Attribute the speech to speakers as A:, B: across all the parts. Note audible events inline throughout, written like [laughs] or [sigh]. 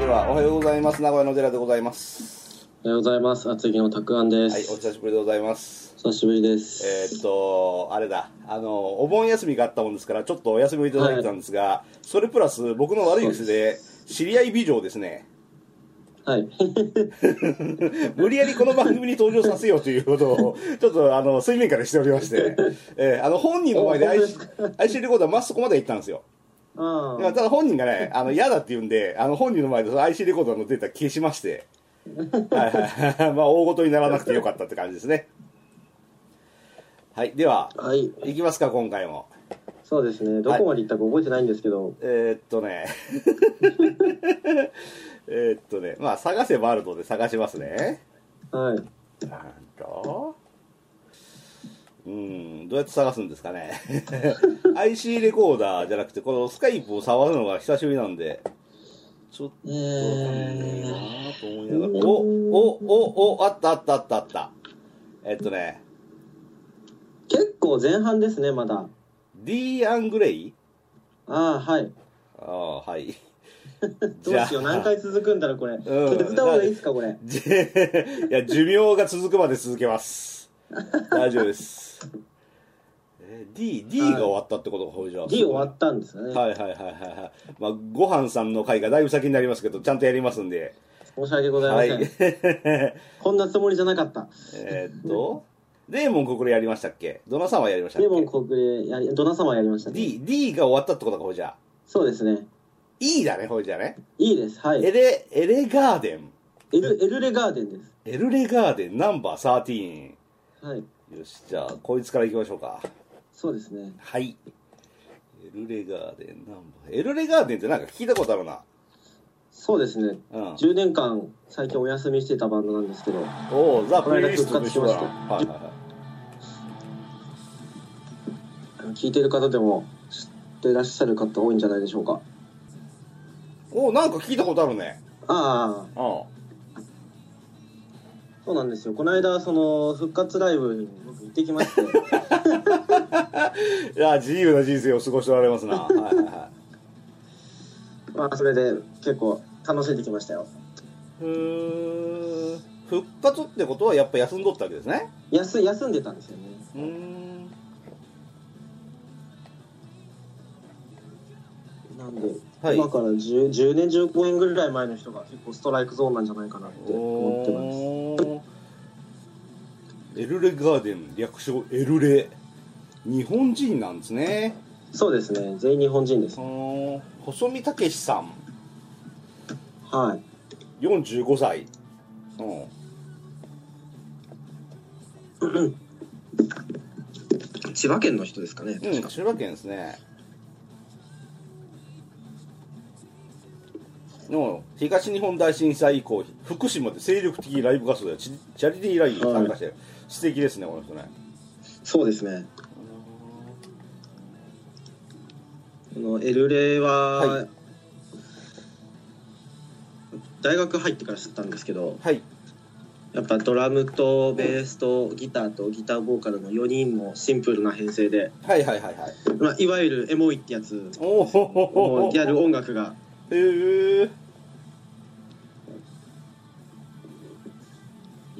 A: ではおはようございます名古屋の寺でございます
B: おはようございます。厚木のたくあんで
A: はいお
B: す。
A: 久しぶりでございます
B: 久しぶりです。
A: えーっとあれだあのお盆休みがあったもんですからちょっとお休みをいただいてたんですが、それプラス僕の悪い癖で知り合い美女をですね [laughs]
B: [laughs] はい。
A: 無理やりこの番組に登場させようということを、ちょっとあの水面下でしておりまして、えーあの本人の前で
B: あ本当
A: IC, IC レコーダー、まっそこまで行ったんですよ。
B: あ
A: ただ本人が [laughs] ね、あの嫌だって言うんで、あの本人の前でその IC レコーダーのデータ消しま [laughs] して、はいはい、まあ大ごとにならなくてよかったって感じですね。はい、では、
B: あ。はい。
A: いきますか、今回も。
B: そうですね。どこまで行ったか覚えてないんですけど。
A: えーっとね、 [laughs] えーっとね、まあ探せばあるので探しますね。
B: はい。
A: なんとうん、どうやって探すんですかね。IC レコーダーじゃなくて、このスカイプを触るのが久しぶりなんで、ちょっ
B: え
A: とわかんねえ
B: ー。
A: なと思いながら。お、お、お、お、あったあったあったあった。えっとね、
B: 結構前半ですね、まだ。
A: D アングレイ
B: ああ、はい。
A: ああ、はい。
B: [laughs] どうしよう。何回続くんだろう、これ。
A: ん
B: 削った方がいいですか、これ。
A: じ [laughs] いや寿命が続くまで続けます大丈夫ですえー D, D が終わったってことか、ほいじゃあ
B: D 終わったんですよね。
A: はいはいはいはいはいまあごはんさんの回がだいぶ先になりますけどちゃんとやりますんで
B: 申し訳ござ
A: はい [laughs]
B: いません。こんなつもりじゃなかった。
A: えーっとレーモンここでやりましたっけドナさんはやりましたっ
B: レモン
A: け
B: 国でやり、ドナ様やりましたね。
A: D, D が終わったってことかほいじゃあ
B: そうですね。
A: E だねほいじゃあね
B: いいです。はい。
A: エ
B: エ
A: レエレガーデン
B: ル、エルレガーデンです。
A: エルレガーデンナンバー13
B: はい。
A: よしじゃあこいつからいきましょうか
B: そうですね。
A: はい。エルレガーデンナンバー。エルレガーデンってなんか聞いたことあるな。
B: そうですね。
A: うん。
B: 10年間最近お休みしてたバンドなんですけど
A: おお、ザ・
B: こ
A: プ
B: の
A: レイ
B: 間
A: リストと一緒だな。
B: 復
A: はい
B: 活しました
A: は
B: 聞いてる方でも知ってらっしゃる方多いんじゃないでしょうか
A: いはい。おなんか聞いたことあるね。
B: ああ
A: う
B: そうなんですよこの間その復活ライブに僕行ってきまして [laughs]
A: ん。いや、自由な人生を過ごしておられますな。はいはいは
B: [laughs] まあそれで結構楽しんできましたよ
A: い。うん。復活ってことはやっぱ休んどったわけですね。
B: 休休んでたんですよね
A: うーん。
B: なんで、
A: はい
B: 今から 10, 10年15年ぐらい前の人が結構ストライクゾーンなんじゃないかなって思ってます
A: おーエルレガーデン略称エルレ日本人なんですね
B: そうですね全員日本人です
A: うん細見武史さん
B: はい
A: 45歳うん
B: 千葉県の人ですかね
A: うん、千葉県ですね。の東日本大震災以降、福島で精力的ライブ活動やチチャリティーライブに参加してる、素敵ですね、この人ね。
B: そうですねこのエルレイは、
A: は
B: 大学入ってから知ったんですけど
A: はい、
B: やっぱドラムとベースとギターとギターボーカルの4人もシンプルな編成で、
A: はいはいはいはい。
B: まあ、いわゆるエモいってやつ
A: おほほほ
B: を
A: ほ。
B: やる音楽が
A: えー、
B: いっ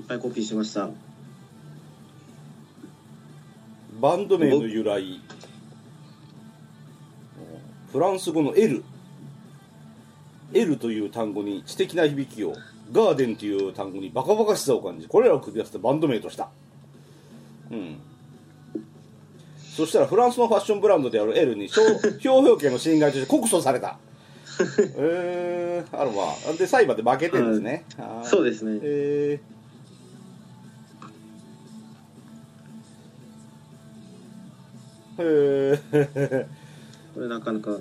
B: ぱいコピーしました
A: バンド名の由来。フランス語の L。L という単語に知的な響きを、ガーデンという単語にバカバカしさを感じ、これらを組み合わせてバンド名とした。うん。そしたらフランスのファッションブランドである L に商 [laughs] 商標権の侵害として告訴された。えー、あるわ。で、裁判で負けてるんですね。はい
B: そうですね
A: えー、へえ
B: これなかなか、
A: うん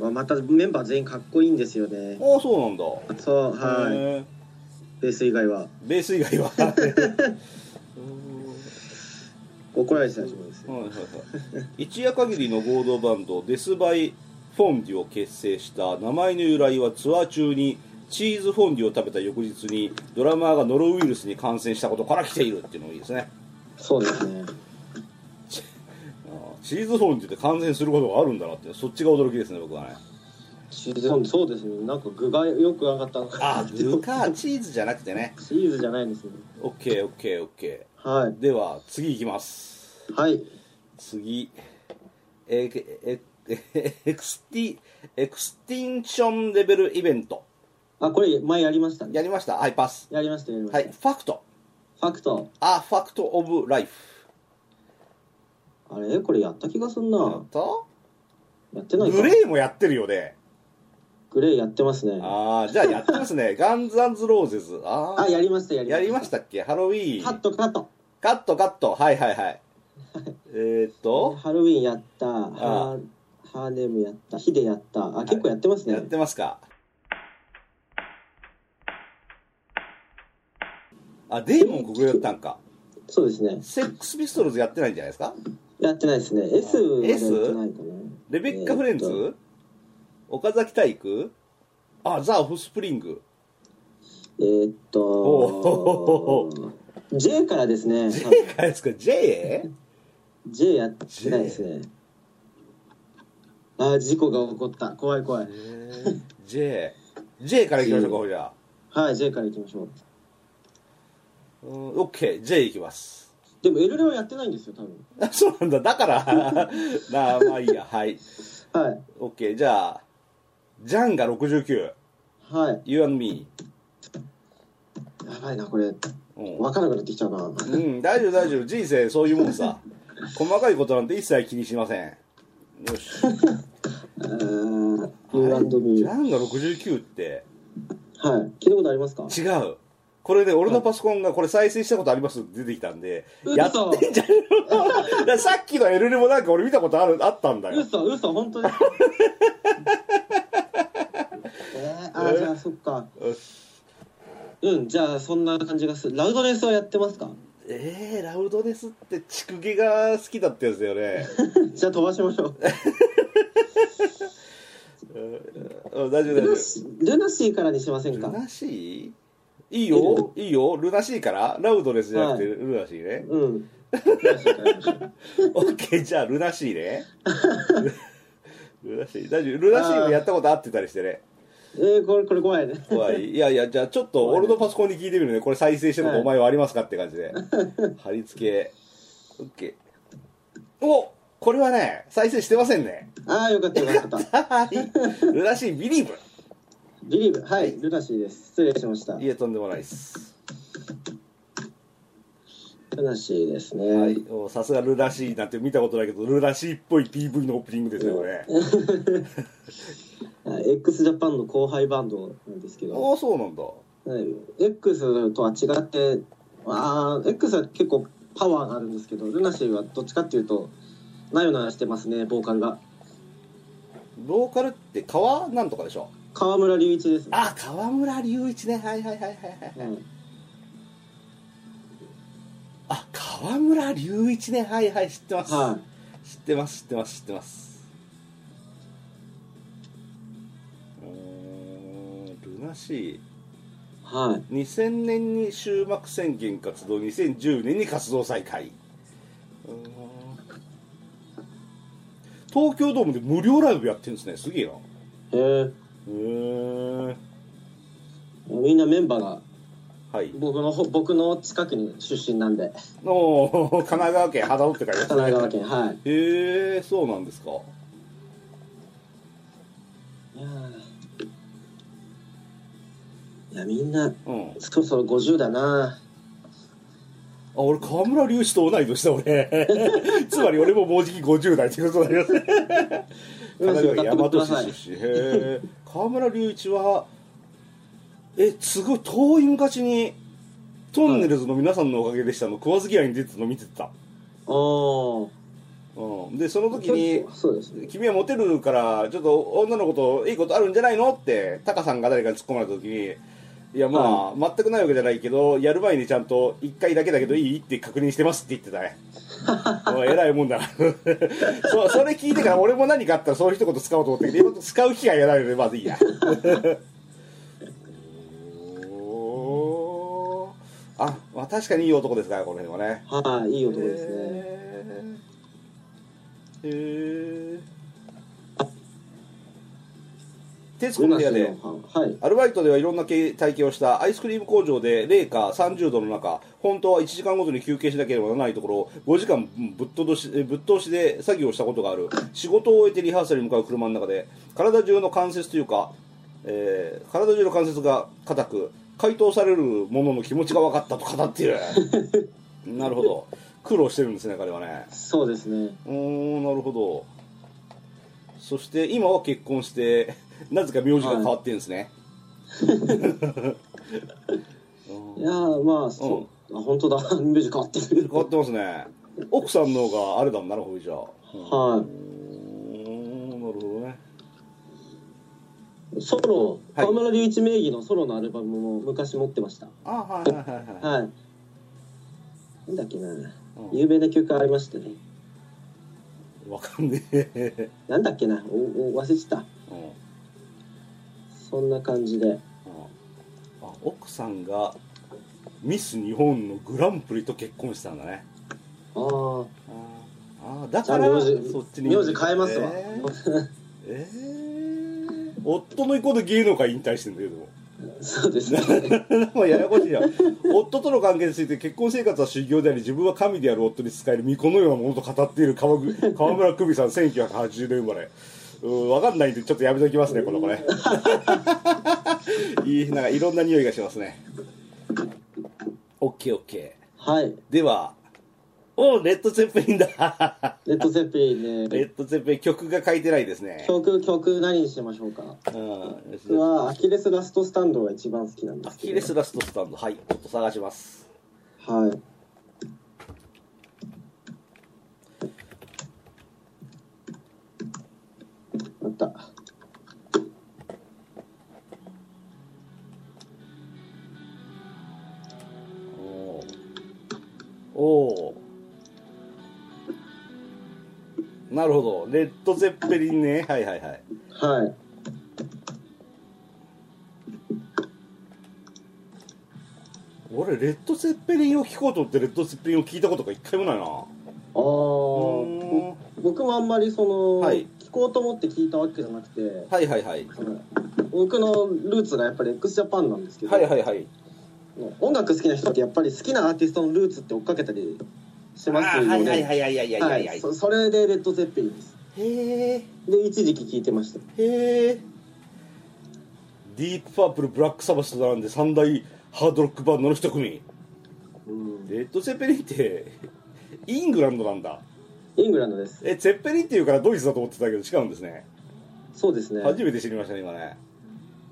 B: まあ、またメンバー全員かっこいいんですよね
A: ああそうなんだ
B: そうは
A: へえ
B: いベース以外は
A: ベース以外は
B: 怒られてたりします
A: はいはいはい一夜限りの合同バンドデス・バイ・フォンデュを結成した名前の由来はツアー中にチーズフォンデュを食べた翌日にドラマーがノロウイルスに感染したことから来ているっていうのもいいですね
B: そうですね
A: あーチーズフォンデュって感染することがあるんだなってそっちが驚きですね僕はね
B: チーズフォンデュそうですねなんか具がよく上がったのかな
A: あ具かチーズじゃなくてね
B: チーズじゃないんですね
A: OKOKOK
B: はい
A: では次いきます
B: はい
A: 次えーえええエクスティエクスティンションレベルイベント
B: あこれ前やりましたね
A: やりましたはいパス
B: やりましたやりました
A: はいファクト
B: ファクト
A: あファクトオブライフ
B: あれこれやった気がすん
A: や
B: な
A: った
B: やってないか
A: グレーもやってるよね
B: グレーやってますね
A: ああじゃあやってますねガンズローゼズあ
B: あ
A: あ
B: やりましたやりま
A: や
B: した
A: りましたっけハロウィーン
B: カットカット
A: カットカットはいはいはい
B: [laughs]
A: えーっと
B: ハロウィンやったハーハーネムやったヒデやったあ結構やってますね、
A: やってますかあデーモンここやったんか
B: そうですね
A: セックスピストルズやってないんじゃないですか
B: やってないですね S はやって
A: S？
B: ないかな
A: レベッカ・フレンズ、
B: えーっ
A: 岡崎体育あザ・オフスプリング
B: えーっ
A: お
B: と J からですね
A: J かですか J?
B: J やってないですねあー事故が起こった怖い怖い
A: J J からいきましょうかほいじゃあ
B: はい J からいきましょう
A: うん OKJ いきます
B: でも L レはやってないんですよ多分
A: あそうなんだだから [laughs] なあまあいいやはい
B: はい
A: OK じゃあジャンが69
B: はい
A: You and me、
B: やばいなこれ
A: うん
B: 分からなくなってきちゃうな
A: うん、大丈夫大丈夫人生そういうもん
B: [laughs]
A: さ細かいことなんて一切気にしませんよし
B: え
A: ジ
B: ー
A: ャ
B: U&B はい
A: ンが69って
B: 聞いたことありますか
A: 違うこれね俺のパソコンがこれ再生したことありますって出てきたんで
B: 嘘
A: やってんじゃん [laughs] いやさっきの L ルもなんか俺見たことあるあったんだよ
B: 嘘嘘本当に [laughs] えー、あ
A: え
B: じゃあそっか
A: よ
B: うんじゃあそんな感じがするラウドネスはやってますか
A: えー、ラウドネスってチクゲが好きだったやつだよね、
B: じゃあ飛ばしましょう
A: うん、大丈夫大
B: ル
A: 丈
B: ナ
A: 夫
B: シールナシーからにしません
A: ル
B: か
A: ナシーいいよいいよルナシーからラウドネスじゃなくて
B: は
A: ルナシーね、
B: うんルナシーからにしましょう
A: オッケーじゃあルナシーねルナシー大丈夫ルナシーもやったことあってたりしてね
B: えー、これこれ怖いね
A: 怖いいやいやじゃあちょっと俺のパソコンに聞いてみるねこれ再生してるの
B: はい
A: お前はありますかって感じで貼り付けオッケーおこれはね再生してませんね
B: ああよかったよかった
A: はいルナシービリーブ
B: リリーブはいルナシーです失礼しました
A: いえとんでもないです
B: ルナシーですね、
A: はいおさすがルナシーなんて見たことないけどルナシーっぽい PV のオープニングですよこれ
B: はい x ジャパンの後輩バンドなんですけど、
A: おおそうなんだ
B: はい、X とは違ってあー X は結構パワーがあるんですけどルナシーはどっちかっていうとなよなよしてますねボーカルが
A: ボーカルって川なんとかでしょ
B: 川村隆一ですね、
A: あ川村隆一ねはいはいはいはいはい
B: はい
A: あ川村隆一ねはいはい知ってます、
B: は
A: 知ってます知ってます知ってますうーんルナシ
B: いはい
A: ー2000年に終幕宣言活動2010年に活動再開うーん東京ドームで無料ライブやってるんですねすげえなへ
B: へえ
A: え
B: みんなメンバーが
A: はい
B: 僕のほ僕の近くに出身なんで
A: おー神奈川県肌をって書いてます
B: 神奈川県はい
A: へえそうなんですか
B: いやーいやみんな
A: うんあ
B: そろそろ50だな
A: 俺河村隆一と同い年だ俺 [laughs] つまり俺ももうじき50代ってことになります
B: [laughs]
A: ね神奈川
B: よろしくお願い
A: 県
B: くだ
A: 大
B: さ
A: 和
B: い
A: 市出身へえ河村隆一はえすごい遠い昔にトンネルズの皆さんのおかげでしたの食わず嫌いに出てたの見てた、
B: おー
A: うん、でその時に
B: 結構そうですね
A: 君はモテるからちょっと女の子といいことあるんじゃないのってタカさんが誰かに突っ込まれた時にいやまあ、全くないわけじゃないけどやる前にちゃんと1回だけだけどいいって確認してますって言ってたねおい偉いもんだな [laughs] そそれ聞いてから俺も何かあったらそういう一言使おうと思ったけど今使う機会がないのでまずいいや [laughs] おーあ、まあ、確かにいい男ですからこの辺はね
B: はい、いい
A: へ
B: 男ですね。
A: えへえ徹子の部屋で
B: はい。
A: アルバイトではいろんな経体験をしたアイスクリーム工場で零下30度の中本当は1時間ごとに休憩しなければならないところを5時間ぶっ通しぶっ通しで作業をしたことがある仕事を終えてリハーサルに向かう車の中で体中の関節というか、えー体中の関節が硬く解凍されるものの気持ちが分かったと語っている
B: [laughs]
A: なるほど苦労してるんですね彼はね
B: そうですね。
A: うーんなるほどそして今は結婚して [laughs] なぜか名字が変わってるんですね、うん
B: いやーまあ、そう、あ本当だ。 [laughs] 名字変わって
A: 変
B: る。
A: わってますね奥さんの方があれだもんなるほどじゃあ、
B: は
A: うーんなるほどね
B: い。ソロ、
A: はい
B: 河村隆一名義のソロのアルバムも昔持ってました。
A: あはいはいはいはい
B: はい。なんだっけな。
A: うん
B: 有名な曲ありましたね。
A: わ、かんねえ、
B: なんだっけな。おお忘れてた。
A: うんうん
B: そんな感じで。
A: あ奥さんがミス日本のグランプリと結婚したんだね
B: ああ。
A: ああだから
B: じゃあ名字
A: そっちに
B: 名字変えますわ。
A: えーえー夫の意向で芸能界引退してんだけど
B: [laughs] そうですね。
A: なんかややこしいや夫との関係について結婚生活は修行であり自分は神である夫に仕える巫女のようなものと語っている川ぐ川村久美さん1980年生まれうん分かんないんでちょっとやめときますねこの子 [laughs] ねいいなんかいろんな匂いがしますね OKOK
B: はい。
A: ではおレッドツェッペリンだ
B: レッド・ゼッペリン
A: レ
B: で、
A: ッドゼッペリン曲が書いてないですね。
B: 曲、曲何にしましょうか。
A: うん、
B: 僕はアキレス・ラスト・スタンドが一番好きなんで
A: ア
B: すけど。
A: キレスラストスタンド、はい、ちょっと探します。
B: はい。あった。
A: おーおーなるほど、レッドゼッペリンね、はいはいはい。
B: はい。
A: 俺、レッドゼッペリンを聴こうと思って、レッドゼッペリンを聴いたことが一回もないな。
B: あー
A: は
B: 僕もあんまりその、
A: はい
B: 聞こうと思って聞いたわけじゃなくて、
A: いはいはい。
B: その僕のルーツがやっぱり x ジャパンなんですけど、
A: はいはいはい。
B: 音楽好きな人ってやっぱり好きなアーティストのルーツって追っかけたりし
A: あ
B: ますよ
A: ー
B: ね。
A: はいはいはいはいはいはいはい
B: は
A: はいい。
B: そそれでレッド・ゼッペリンです。
A: へえ。
B: で、一時期聞いてました。
A: へえディープパープルブラックサバスと並んで三大ハードロックバンドの一組
B: うん
A: レッド・ゼッペリンってイングランドなんだ
B: イングランドです。
A: えゼッペリンっていうからドイツだと思ってたけど違うんですね
B: そうですね。
A: 初めて知りましたね今ね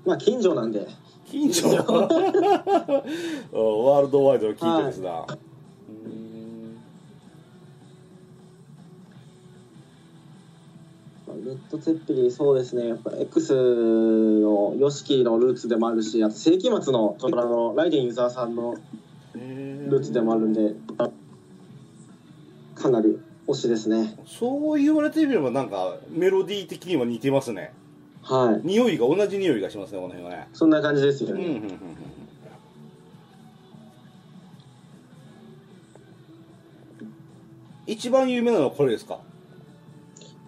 B: まあ、近所なんで。
A: 近 [laughs] 所うんワールドワイドの近所ですな、うーん
B: レッド・ゼッペリン、そうですね、やっぱ X の YOSHIKI のルーツでもあるし、あと世紀末のトラのライデン・ユーザーさんの
A: へ
B: ルーツ
A: ー
B: でもあるんで、かなり推しですね。
A: そう言われてみればなんかメロディー的には似てますね
B: はい。
A: 匂いが同じ匂いがしますねこの辺はね
B: そんな感じですよ
A: うんうんうんう
B: ね。
A: ん一番有名なのはこれですか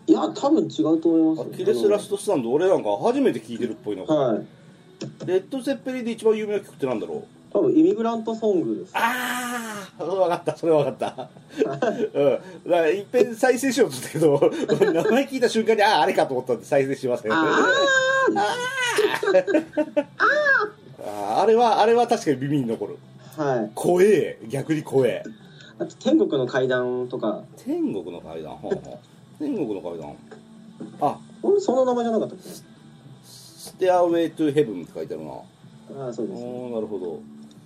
B: いや、多分違うと思
A: ア
B: います。
A: キレスラストスタンド俺なんか初めて聞いてるっぽいな、
B: はい。
A: レッド・ゼッペリンで一番有名な曲ってなんだろう
B: 多分、イミグラントソングです。
A: ああ分かったそれは分かったうんだからいっぺん再生しようと思ったけど [laughs] 名前聞いた瞬間にあああれかと思ったんで再生しませんあーあれはあれは確かに耳に残る
B: あはい。
A: 怖え逆に怖え
B: あと、天国の階段とか、
A: 天国の階段ほうほう天国の階段あ
B: 俺その名前じゃなかったっけ
A: ステアウェイトゥヘブンって書いてあるなお
B: ああ、そうです。
A: ーなるほど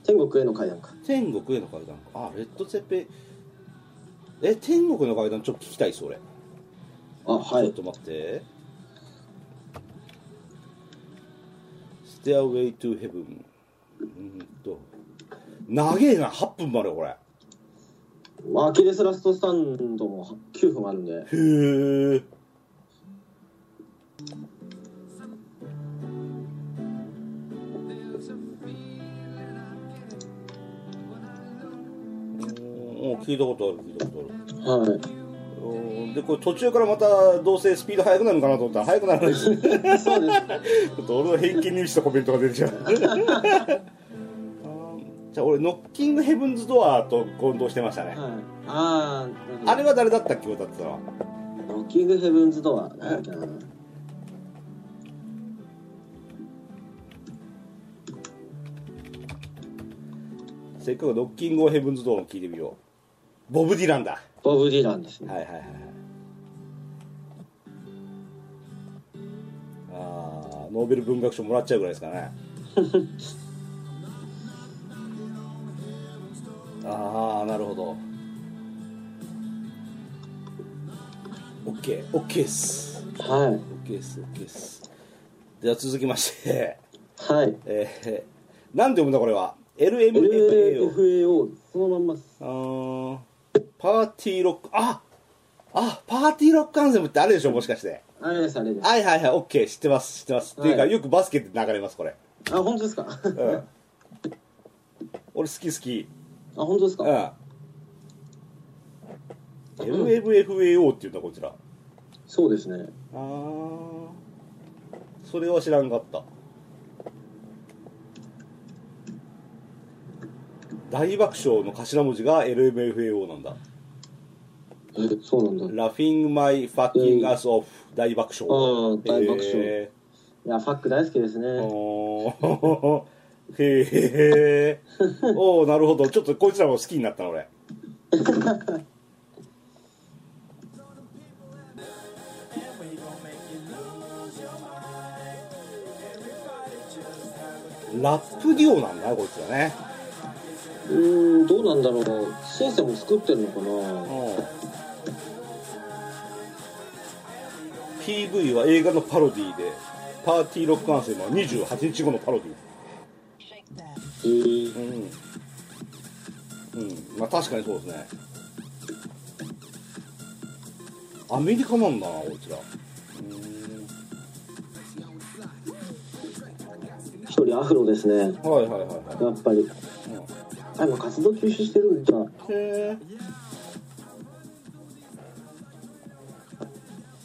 B: 天国への階段か。
A: 天国への階段あレッドゼッペえ天国の階段ちょっと聞きたいです俺、
B: あ、は
A: ちょっ
B: い。
A: と待ってステアウェイトゥヘブンうーんと長えな8分までこれ
B: まあアキレスラストスタンドも9分あるんで。
A: へえおー聞いたことある聞いたことある
B: はい。
A: おーでこれ途中からまたどうせスピード速くなるのかなと思ったら速くならないです [laughs] ち
B: そうですね
A: ょっと俺の偏見に満ちたコメントが出てきち [laughs] ゃうじゃあ俺ノッキングヘブンズドアと混同してましたね、
B: はいああ
A: あれは誰だったっけ歌ってたのは
B: ノッキングヘブンズドアなんだっけな
A: せっかくノッキングをヘブンズドアを聞いてみようボブ・ディランだ
B: ボブ・ディランですね
A: はいはいはいはいあーノーベル文学賞もらっちゃうぐらいですかね [laughs] ああなるほど OKOK、OK っす
B: はい
A: OK です、OK です。では続きまして、
B: はい
A: えー、なんて読むんだこれは ?LMFAO。
B: LLFAO そのまんまです
A: あーパーティーロック、ああパーティーロックアンセムってあれでしょもしかして。
B: あれですあれです
A: はいはいはい、OK、知ってます、知ってます。
B: はい
A: っていうか、よくバスケって流れます、これ。
B: あ本当ですかあ
A: うん。俺好き好き。
B: 本当です
A: う
B: か
A: ん。LMFAO っていうんだ、こちら。
B: そうですね
A: あーそれは知らんかった大爆笑の頭文字が LMFAO なんだ
B: えそうなんだ
A: Laughing my fucking ass off 大爆笑
B: あー大爆笑
A: へ
B: いやファック大好きですね
A: ーおー [laughs] へー [laughs] おーなるほどちょっとこいつらも好きになったな俺ラップデュオなんだこいつらね
B: うーんどうなんだろうシンセも作ってるのかな
A: PV は映画のパロディでパーティーロックアンセムは28日後のパロディ
B: へー
A: うん、うん、まあ確かにそうですねアメリカなんだなこいつらう
B: 一人アフロですね
A: んはいはいはいはい
B: やっぱり
A: うん
B: あ今活動休止してるんだ
A: へー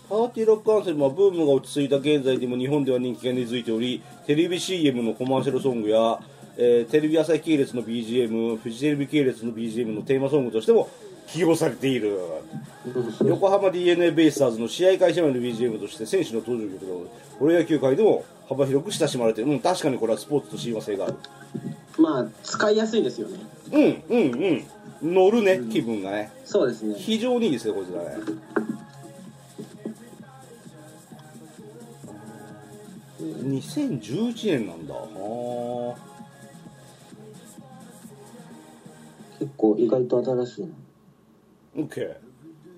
A: パーティーロックアンセムはブームが落ち着いた現在でも日本では人気が根付いておりテレビ CM のコマーシャルソングや、えーテレビ朝日系列の BGM フジテレビ系列の BGM のテーマソングとしても起用されている横浜 d n a ベイスターズの試合開始前の BGM として選手の登場曲とかプロ野球界でも幅広く親しまれている、うん、確かにこれはスポーツと親和性がある
B: まあ使いやすいですよね
A: うんうんうん乗るね気分がね、
B: そうですね
A: 非常にいいですねこちらね2011年なんだは
B: 結構意外と新しい
A: あ OKOK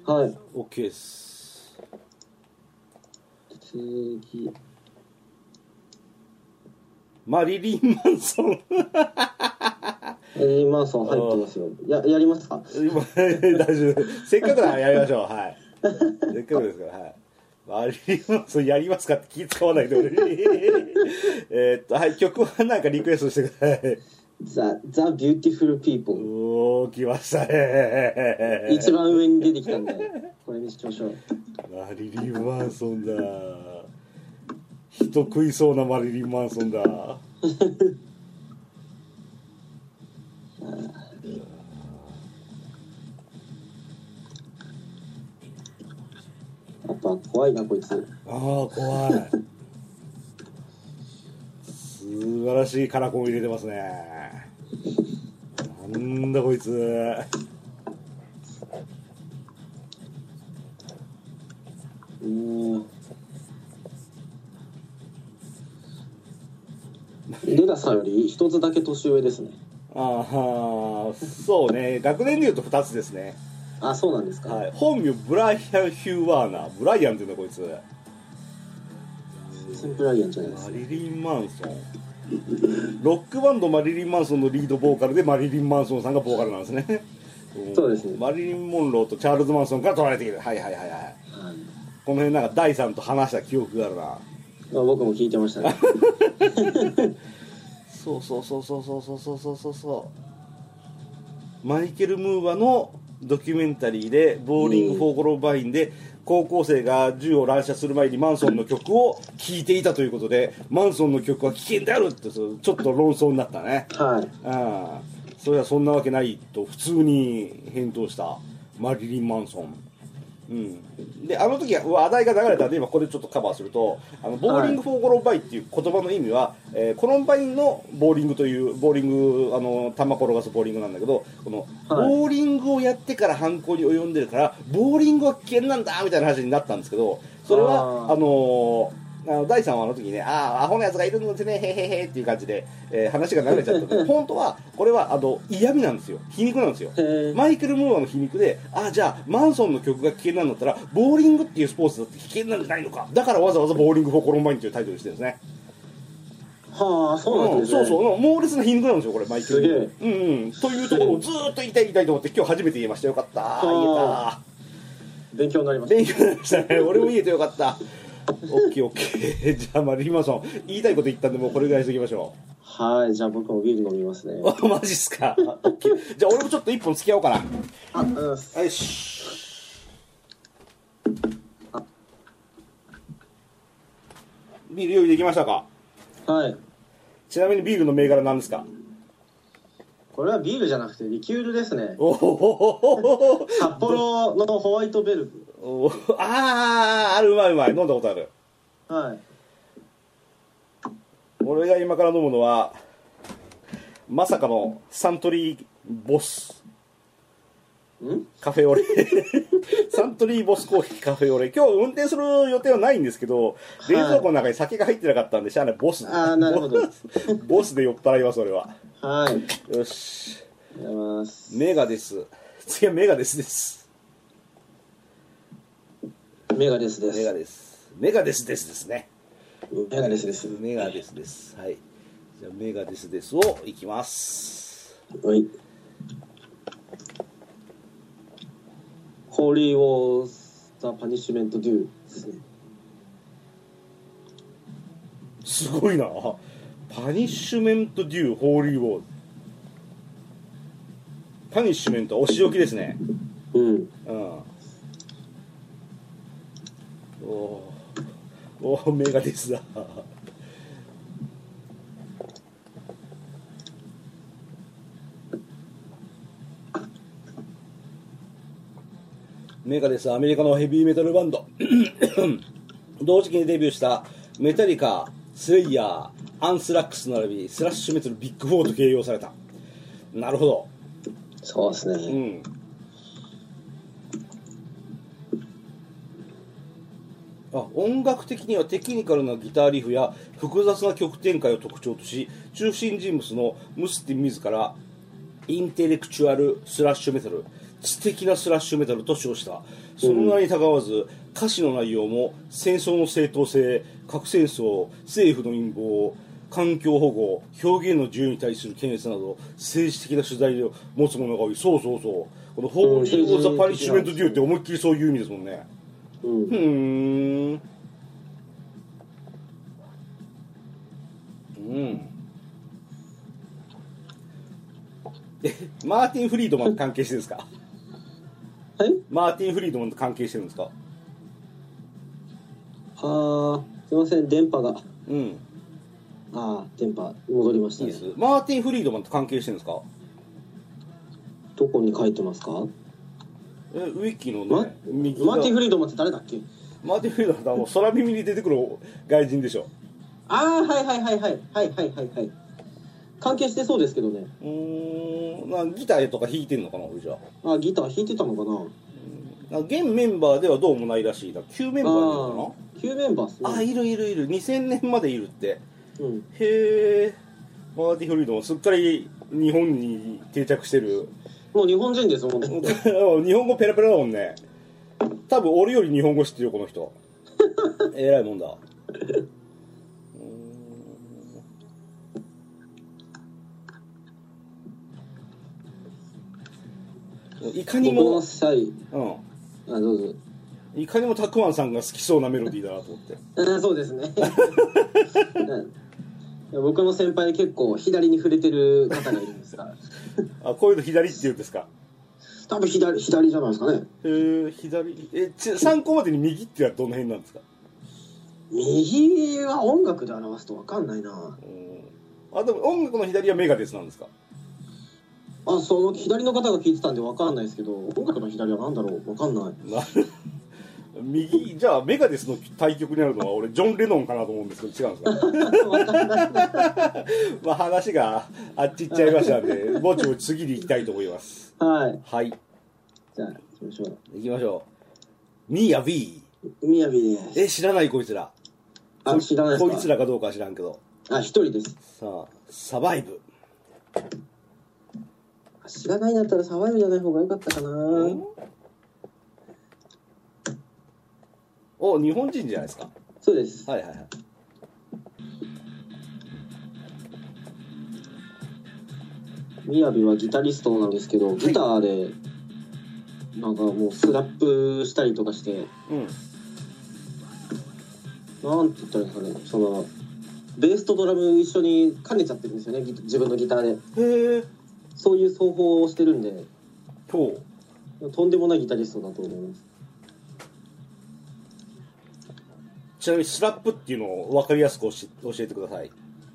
B: なはい
A: です
B: 次
A: マリリン・マンソン
B: エリーマンソン入ってますよややりますか
A: 今大丈夫せっかくならやりましょうはいせっかくですからはいマリリン・マンソンやりますかって気使わないで俺に [laughs] えーっとはい曲はなんかリクエストしてください
B: ザ・ザ・ビューティフル・ピーポー
A: おお来ましたね
B: 一番上に出てきたんで [laughs] これにしましょう
A: マリリン・マンソンだ人食いそうなマリリン・マンソンだ
B: やっぱ怖いなこいつ
A: あー怖い素晴らしいカラコン入れてますねなんだこいつ
B: うんレナさんより一つだけ年上ですね
A: ああそうね学年でいうと2つですね、
B: あそうなんですか、
A: はい、本名ブライアン・ヒューワーナーブライアンっていうんだこいつ
B: センプライアンじゃないです
A: マ
B: か
A: リリン・マンソンロックバンドマリリン・マンソンのリードボーカルでマリリン・マンソンさんがボーカルなんですね
B: [laughs] そうですね
A: マリリン・モンローとチャールズ・マンソンから取られているはいはいはいはいこの辺なんか第三と話した記憶があるな
B: まあ、僕も聞いてましたね
A: そうそうそうそうそうそうそうそうそうマイケル・ムーアのドキュメンタリーで「ボーリング・フォー・ゴローバイン」で高校生が銃を乱射する前にマンソンの曲を聴いていたということでマンソンの曲は危険であるってそうちょっと論争になったね
B: はい
A: ああそれはそんなわけないと普通に返答したマリリン・マンソンうん、であの時は話題が流れたんで今ここでちょっとカバーすると「あのボーリング・フォー・ゴロンバイン」っていう言葉の意味は、えーコロンバインのボーリングというボーリングあの球転がすボーリングなんだけどこの、
B: はい
A: ボーリングをやってから犯行に及んでるからボーリングは危険なんだみたいな話になったんですけどそれは
B: あー
A: あのーあの第3話の時にね、ああ、アホなやつがいるんですね、へへへっていう感じで、えー話が流れちゃったけど、本当は、これはあの嫌味なんですよ、皮肉なんですよ。
B: へー
A: マイケル・ムーアの皮肉で、あじゃあ、マンソンの曲が危険なんだったら、ボーリングっていうスポーツだって危険なんじゃないのか、だからわざわざボーリング・フォー・コロンバインというタイトルにしてるんですね。
B: はあそうな
A: う
B: んで
A: ん、
B: すね
A: そうそう、猛烈な皮肉なんですよ、これ、マイケル・ムーア。うんうん、というところをずーっと言いたい、言いたいと思って、今日初めて言えました、よかった、言えた
B: は。勉強になりました
A: 勉強になりましたね俺も言えてよかったオッケーオッケーじゃあマリリンマンソン言いたいこと言ったんでもうこれぐらいにしときましょ
B: はいじゃあ僕もビール飲みますね
A: うあマジっすかオッケーじゃあ俺もちょっと一本付き合おうかな
B: あうんす
A: よしビール用意できましたか
B: はい
A: ちなみにビールの銘柄なんですか
B: これはビールじゃなくてリキュールですね
A: おお
B: 札幌のホワイトベルグ
A: おあああるうまいうまい飲んだことある
B: はい
A: 俺が今から飲むのはまさかのサントリーボス
B: ん
A: カフェオレ [laughs] サントリーボスコーヒーカフェオレ今日運転する予定はないんですけど
B: い
A: 冷蔵庫の中に酒が入ってなかったんでしゃあないボス
B: あーなるほど
A: [laughs] ボスで酔っ払います俺は
B: はいい
A: よした
B: だきます
A: メガです次はメガですです
B: メガデスで
A: メガ
B: す
A: ですメガですですですね
B: メガデスです
A: メガですですはいじゃあメガですですをいきます
B: はいホーリー・ウォー・ザ・パニッシュメント・デューですね
A: すごいなパニッシュメントデューホーリーウォーパニッシュメントはお仕置きですね
B: うん
A: うんおーおーメガデスだメガデスはアメリカのヘビーメタルバンド [coughs] 同時期にデビューしたメタリカスレイヤーアンスラックス並びスラッシュメタルビッグフォーと形容されたなるほど
B: そうですね、
A: うんあ音楽的にはテクニカルなギターリフや複雑な曲展開を特徴とし中心人物のムスティン自らインテレクチュアルスラッシュメタル知的なスラッシュメタルと称したその名にたがわず歌詞の内容も戦争の正当性核戦争政府の陰謀環境保護表現の自由に対する検閲など政治的な取材を持つものが多いそうそうそうこの「法律
B: うん
A: をザ・パニッシュメント・デュー」って思いっきりそういう意味ですもんね
B: うん
A: ふーんうんえマーティン・フリードマンと関係してるんですか
B: はい
A: マーティン・フリードマンと関係してるんですか
B: あーすいません電波が
A: うん
B: あー電波戻りまし
A: い
B: た
A: いで
B: ね
A: すマーティン・フリードマンと関係してるんですか
B: どこに書いてますか
A: えウィキの
B: マ
A: ね右
B: マーティ・フ
A: リ
B: リードマンって誰だっけ
A: マーティン・フリードマンってあの空耳に出てくる外人でしょ
B: ああはいはいはいはいはいはいはいはい関係してそうですけどね
A: うーんなギターとか弾いてんのかな俺じゃあ
B: あギター弾いてたのか
A: な
B: な
A: 現メンバーではどうもないらしいだ旧メンバーなのかな
B: あー旧メンバーっすね
A: あいるいるいる2000年までいるって
B: うん、
A: へえマーティ・フリードンすっかり日本に定着してる [laughs]
B: もう日本人ですもんね [laughs]
A: 日本語ペラペラだもんね多分俺より日本語知ってるよこの人えらいもんだうーんいかに
B: 僕の
A: も、
B: 際
A: うん、
B: あどうぞ
A: いかにもたくあんさんが好きそうなメロディーだなと思って
B: うんそうですね、うん、僕の先
A: [laughs]
B: 輩で結構左に触れてる方がいるんですが
A: あこういうの左って言うんですか
B: 多分左左じゃないですかね
A: えー、左えち参考までに右ってのはどの辺なんですか
B: 右は音楽で表すと分かんないな
A: うんあでも音楽の左はメガデスなんですか
B: あその左の方が聞いてたんで分かんないですけど音楽の左は何だろう分かんない
A: なる右じゃあメガデスの対局にあるのは俺ジョン・レノンかなと思うんですけど違うんですか
B: 分かんない [laughs]
A: まあ話があっち行っちゃいましたんでぼちぼち次に行きたいと思います
B: はい
A: はい
B: じゃあ行きましょう
A: 行きましょうミーや B
B: みやびです
A: え知らないこいつら
B: あ知らない
A: こ
B: で
A: いつ
B: す
A: らかどうかは知らんけど
B: かあ一人です
A: さあサバイブ
B: 知らないんだったらサバイブじゃない方が良かったかな
A: お日本人じゃないですか
B: そうです
A: はいはいはい
B: みやびはギタリストなんですけどギターでなんかもうスラップしたりとかして
A: うん
B: なんて言ったらいいんですかねそのベースとドラム一緒に兼ねちゃってるんですよねギ自分のギターで
A: へえ
B: そういう奏法をしてるんで
A: ほう
B: とんでもないギタリストだと思います
A: ちなみにスラップっていうのを分かりやすく教え教えてください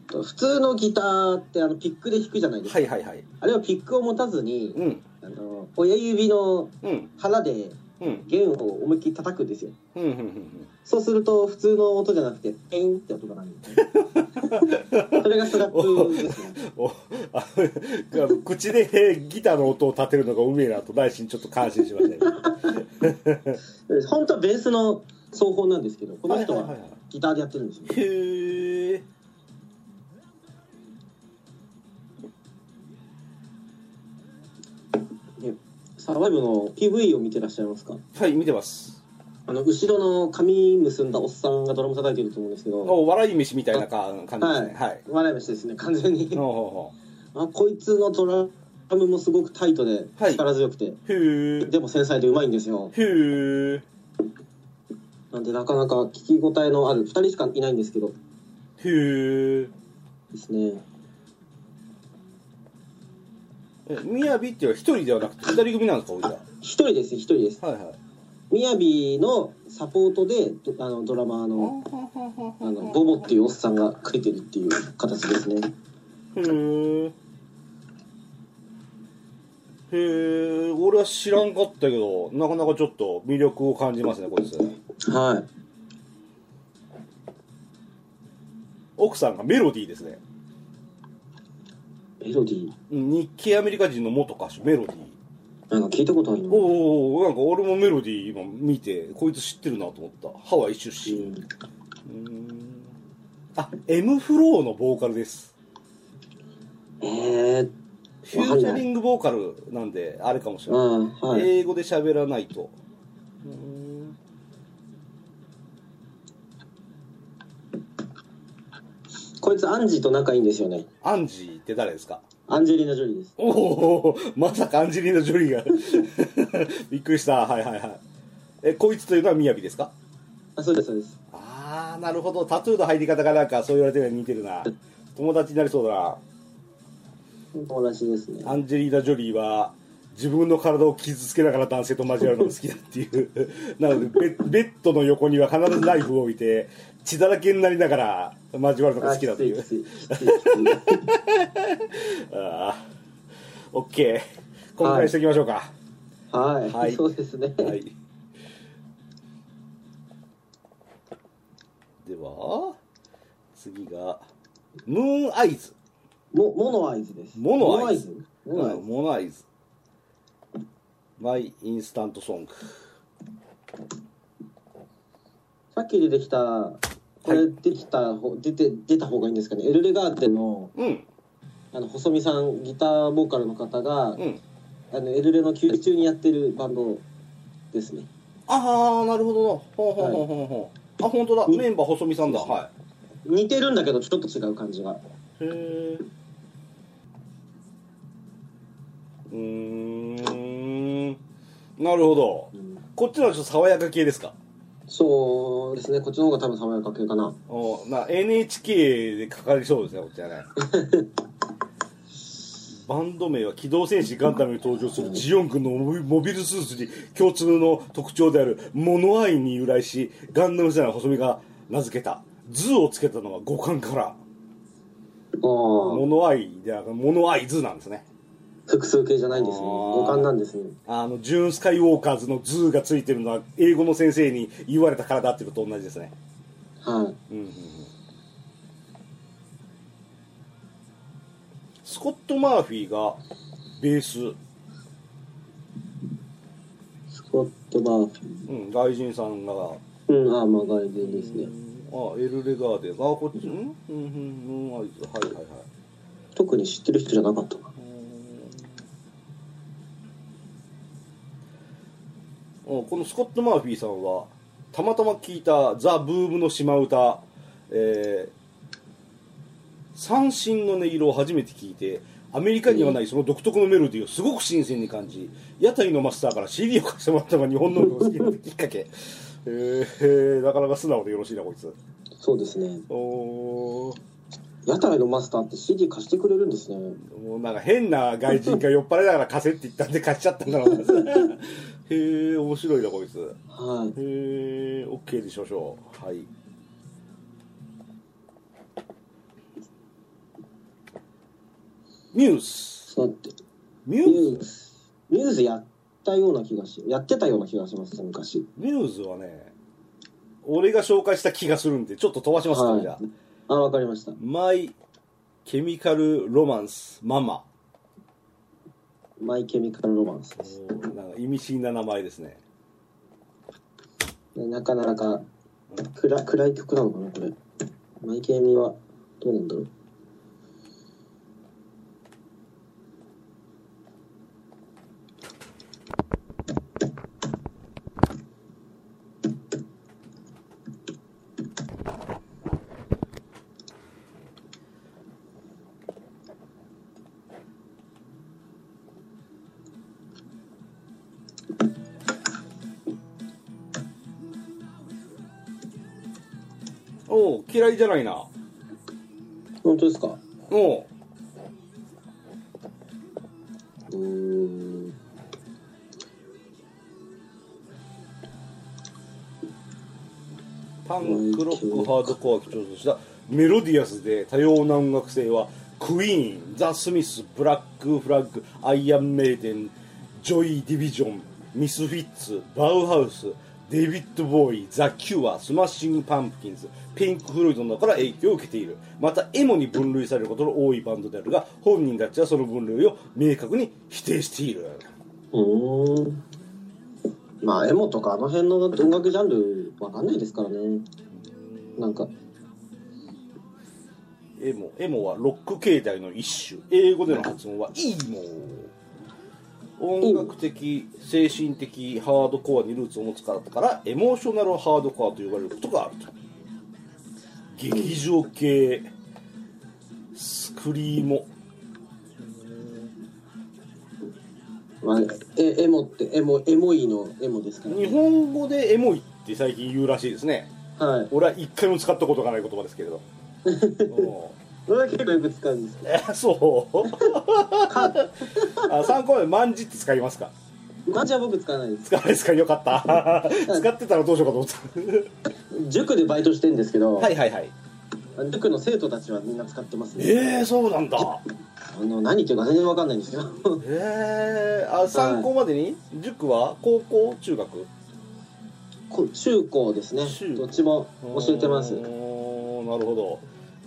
B: 普通のギターってあのピックで弾くじゃないですか、
A: はいはいはい
B: あれはピックを持たずに
A: うん
B: あの親指の
A: うん
B: 腹で
A: うん
B: 弦を思いっきり叩くんですよ
A: うんうんうんうん
B: そうすると普通の音じゃなくてペンって音が鳴るんです
A: [laughs]
B: ねそれがスラップですね
A: おあ [laughs] の口でギターの音を立てるのがうめえなと内心ちょっと感心しましたけど
B: 本当はベースの奏法なんですけどこの人
A: い
B: はい
A: い
B: ギターでやってるんですよ
A: へえ
B: サバイブの PV を見てらっしゃいますか
A: はい見てます
B: あの後ろの髪結んだおっさんがドラム叩いてると思うんですけど
A: お笑い飯みたいなか感じですねはい
B: 笑い飯ですね完全に
A: ほうほ
B: あこいつのドラムもすごくタイトで
A: はい
B: 力強くて、
A: うほうへえ
B: でも繊細でうまいんですよ
A: へえ
B: なんでなかなか聞き応えのある2人しかいないんですけど
A: へえ
B: ですね
A: みやびっていうのは一人ではなくて二人組なんですかおじゃ
B: 1人です1人です
A: はいはい
B: みやびのサポートでどあのドラマーのあのボボっていうおっさんがくれてるっていう形ですね
A: へえへえ俺は知らんかったけどなかなかちょっと魅力を感じますねこいつ
B: はい
A: 奥さんがメロディーですね
B: メロディー
A: うん日系アメリカ人の元歌手メロディー
B: なんか聞いたことあるなう
A: おおなんか俺もメロディー今見てこいつ知ってるなと思ったハワイ出身
B: ん
A: うんあ M フローのボーカルです
B: えー、
A: フューチャリングボーカルなんであれかもしれない
B: うんはい、
A: 英語で喋らないとうん
B: こいつアンジーと仲いいんですよね
A: アンジーって誰ですか
B: アンジェリーナ・ジョリーです
A: おおまさかアンジェリーナ・ジョリーが [laughs] びっくりしたはいはいはいえこいつというのは雅ですか
B: あそうですそうです
A: ああなるほどタトゥーの入り方がなんかそう言われてるように似てるな友達になりそうだな
B: 友達ですね
A: アンジェリーナ・ジョリーは自分の体を傷つけながら男性と交わるのが好きだっていう [laughs] なのでベベッドの横には必ずナイフを置いて血だらけになりながら交わるのが好きだっていう
B: あきついきついきついきつい
A: ああ OK こんぐらいにしておきましょうか、
B: はい、
A: はい
B: [laughs] そうですね、
A: はい。では、次が、ムーンアイズ。
B: もモノアイズです
A: モノアイズ
B: モノアイズモノアイズ
A: モノアイズ。マイインスタントソング。
B: さっき出てきたこれできた方、出て出た方がいいんですかねエルレガーテンの
A: うん、
B: あの細見さんギターボーカルの方が、
A: うん。
B: あのエルレの休止中にやってるバンドですね
A: ああ、なるほどな。ほうほうほうほうほう。あ、本当だ。
B: うん
A: メンバー細見さんだ。は
B: 似てるんだけどちょっと違う感じが
A: い。へえ。うーん。なるほど。こっちのはちょっと爽やか系ですか
B: そうですねこっちの方が多分爽やか系かな
A: おな NHK でかかりそうですねこっちはねバンド名は機動戦士ガンダムに登場するジオン君のモビモビルスーツに共通の特徴であるモノアイに由来しガンダム世代の細身が名付けた図をつけたのは五感からモ
B: あ
A: ノアイではなくモノアイ図なんですね
B: あ、複数形じゃないんですね。
A: あー
B: 五感なんですね。
A: あのジューン・スカイウォーカーズの図がついてるのは英語の先生に言われたからだっていうのと同じですね
B: はい。
A: うんうんうんスコット・マーフィーがベース、
B: スコット・バーフィ
A: うん、外人さんが
B: ー。うん、ああ、まあ、外伝ですね。
A: あエルレガーデンあこっちうんうんうんうんあいつはいはいはい
B: 特に知ってる人じゃなかったな。
A: うんこのスコット・マーフィーさんはたまたま聞いた「ザ・ブームの島唄、えー三振の音色を初めて聞いてアメリカにはないその独特のメロディーをすごく新鮮に感じ屋台のマスターから CD を貸してもらったのが日本の音楽が好きになったきっかけえーなかなか素直でよろしいなこいつ
B: そうですね。
A: おー
B: 屋台のマスターって CD 貸してくれるんですね。
A: もうなんか変な外人が酔っ払いながら貸せって言ったんで貸しちゃったんだろうなへえ面白いなこいつへ
B: はい。
A: え OK でしょしょうはいミュース
B: そうやって。
A: ミュー
B: ミュ
A: ス
B: ーズ。ミューズやったような気がし、やってたような気がします、昔。
A: ミューズはね俺が紹介した気がするんでちょっと飛ばしますか、
B: はい
A: じゃあ
B: あ、わかりました。
A: マイケミカルロマンスママ
B: マイ・ケミカル・ロマンス
A: お
B: です。
A: ーなんか意味深な名前ですね
B: なかなか暗暗い曲なのかな、これ。マイ・ケミはどうなんだろう。
A: おお嫌いじゃないな
B: 本当ですかう
A: おう
B: ーん。
A: パンクロックハードコアを基調としたメロディアスで多様な音楽性はクイーン、ザ・スミス、ブラック・フラッグ、アイアン・メイデン、ジョイ・ディビジョン、ミス・フィッツ、バウハウス、デイビッド・ボーイ、ザ・キュア、スマッシング・パンプキンズ、ピンク・フロイドなどから影響を受けている。また、エモに分類されることの多いバンドであるが、本人たちはその分類を明確に否定している。
B: うーん。まあ、エモとかあの辺の音楽ジャンルわかんないですからね。なんか、
A: エモエモはロック形態の一種英語での発音はイーモ音楽的精神的ハードコアにルーツを持つからだからエモーショナルハードコアと呼ばれることがあると劇場系スクリーモ
B: まあ、えエモって、エモ、エモいのエモですから
A: 日
B: ね。
A: 本語でエモいって最近言うらしいですね
B: はい。
A: 俺は一回も使ったことがない言葉ですけれどおう
B: それは結構よく使うんですけ
A: えそう [laughs] あ参考まで万字って使いますか
B: ど。マジは僕使わないです。
A: 使わないですかよかった使ってたらどうしようかと思っ
B: 塾でバイトしてんですけど、
A: たはいはいはい
B: 塾の生徒たちはみんな使ってますね。
A: えー、そうなんだ
B: あの何言ってるか全然わかんないんですけど。
A: えー、あ参考までに塾は高校中学
B: こ中高ですね
A: 中。高
B: どっちも教えてます。
A: おーなるほど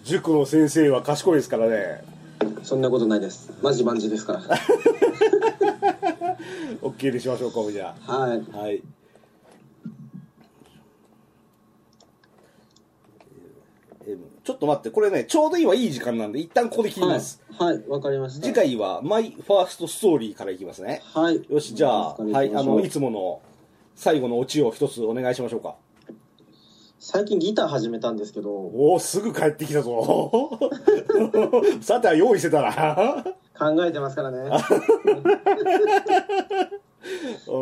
A: 塾の先生は賢いですからね
B: そんなことないです。マジマジですから。
A: OK にしましょうかじゃ
B: はい。
A: あはいえーちょっと待ってこれねちょうど今いい時間なんで一旦ここで切ります、
B: はい。はい、わかりました。
A: 次。回はマイファーストストーリーからいきますね
B: はい。
A: よし、じゃあ、
B: お疲れ様
A: はい、あの、い
B: でしょう
A: つもの最後のオチを一つお願いしましょうか。
B: 最近ギター始めたんですけど、
A: おお、すぐ帰ってきたぞ。 [laughs] さては用意してたな。
B: 考えてますからね。 [laughs]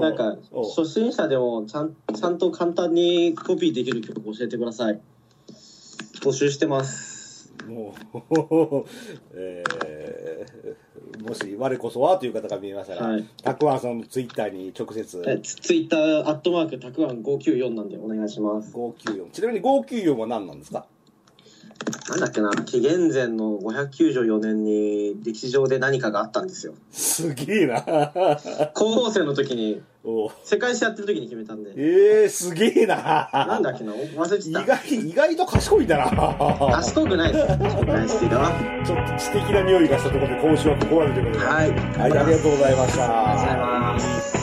B: なんか
A: おう
B: 初心者でもちゃんちゃんと簡単にコピーできる曲教えてください。募集してます。
A: もう、 [laughs] えーもし我こそはという方が見えましたら、
B: はい
A: たくあんさんのツイッターに直接
B: えツツイッターアットマークたくあん594なんでお願いします
A: 594ちなみに594は何なんですか
B: なんだっけな紀元前の594年に歴史上で何かがあったんですよ
A: すげえな
B: 高校生の時に
A: [laughs] おう
B: 世界史やってる時に決めたんで
A: えー、すげえな
B: なんだっけなお忘れて
A: 意
B: た
A: 外意外と賢いんだな
B: 賢くないです賢くないですよは
A: ちょっと知的な匂いがしたところで今週はここまでということで、
B: い
A: はい、ありがとうございまし
B: ありがとうござい
A: た。
B: ます